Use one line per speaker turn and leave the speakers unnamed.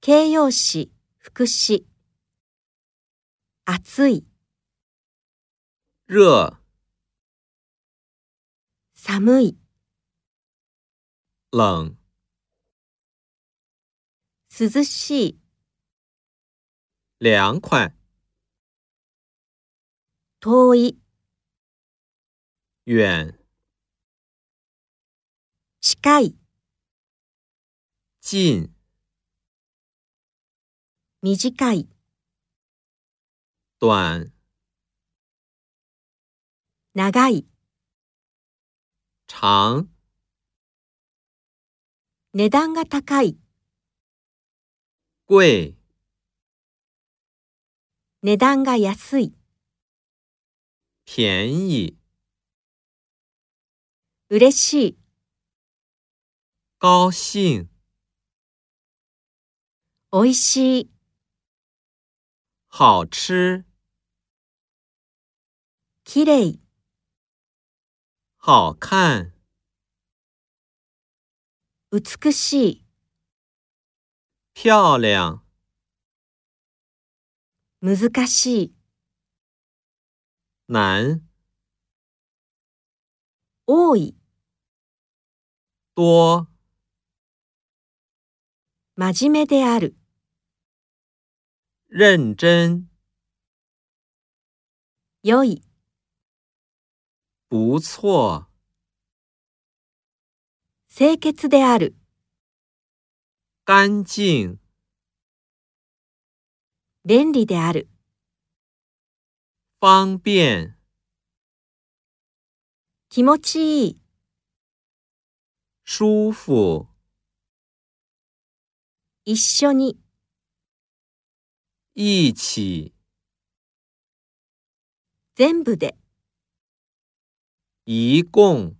形容詞、副詞。暑い、
热、
寒い、
冷、
涼しい、
凉快、
遠い、
远、
近い、
近、
短い、
短、
長い、
长、
値段が高い、
贵、
値段が安い、
便宜、
嬉しい、
高兴、
美味しい、
好吃、
綺麗、
好看、
美しい、
漂亮、
難しい、
难、
多い、
多、
真面目である、
认真、
良い、
不错、
清潔である、
干净、
便利である、
方便、
気持ちいい、
舒服、
一緒に、
一起、
全部で。
一共。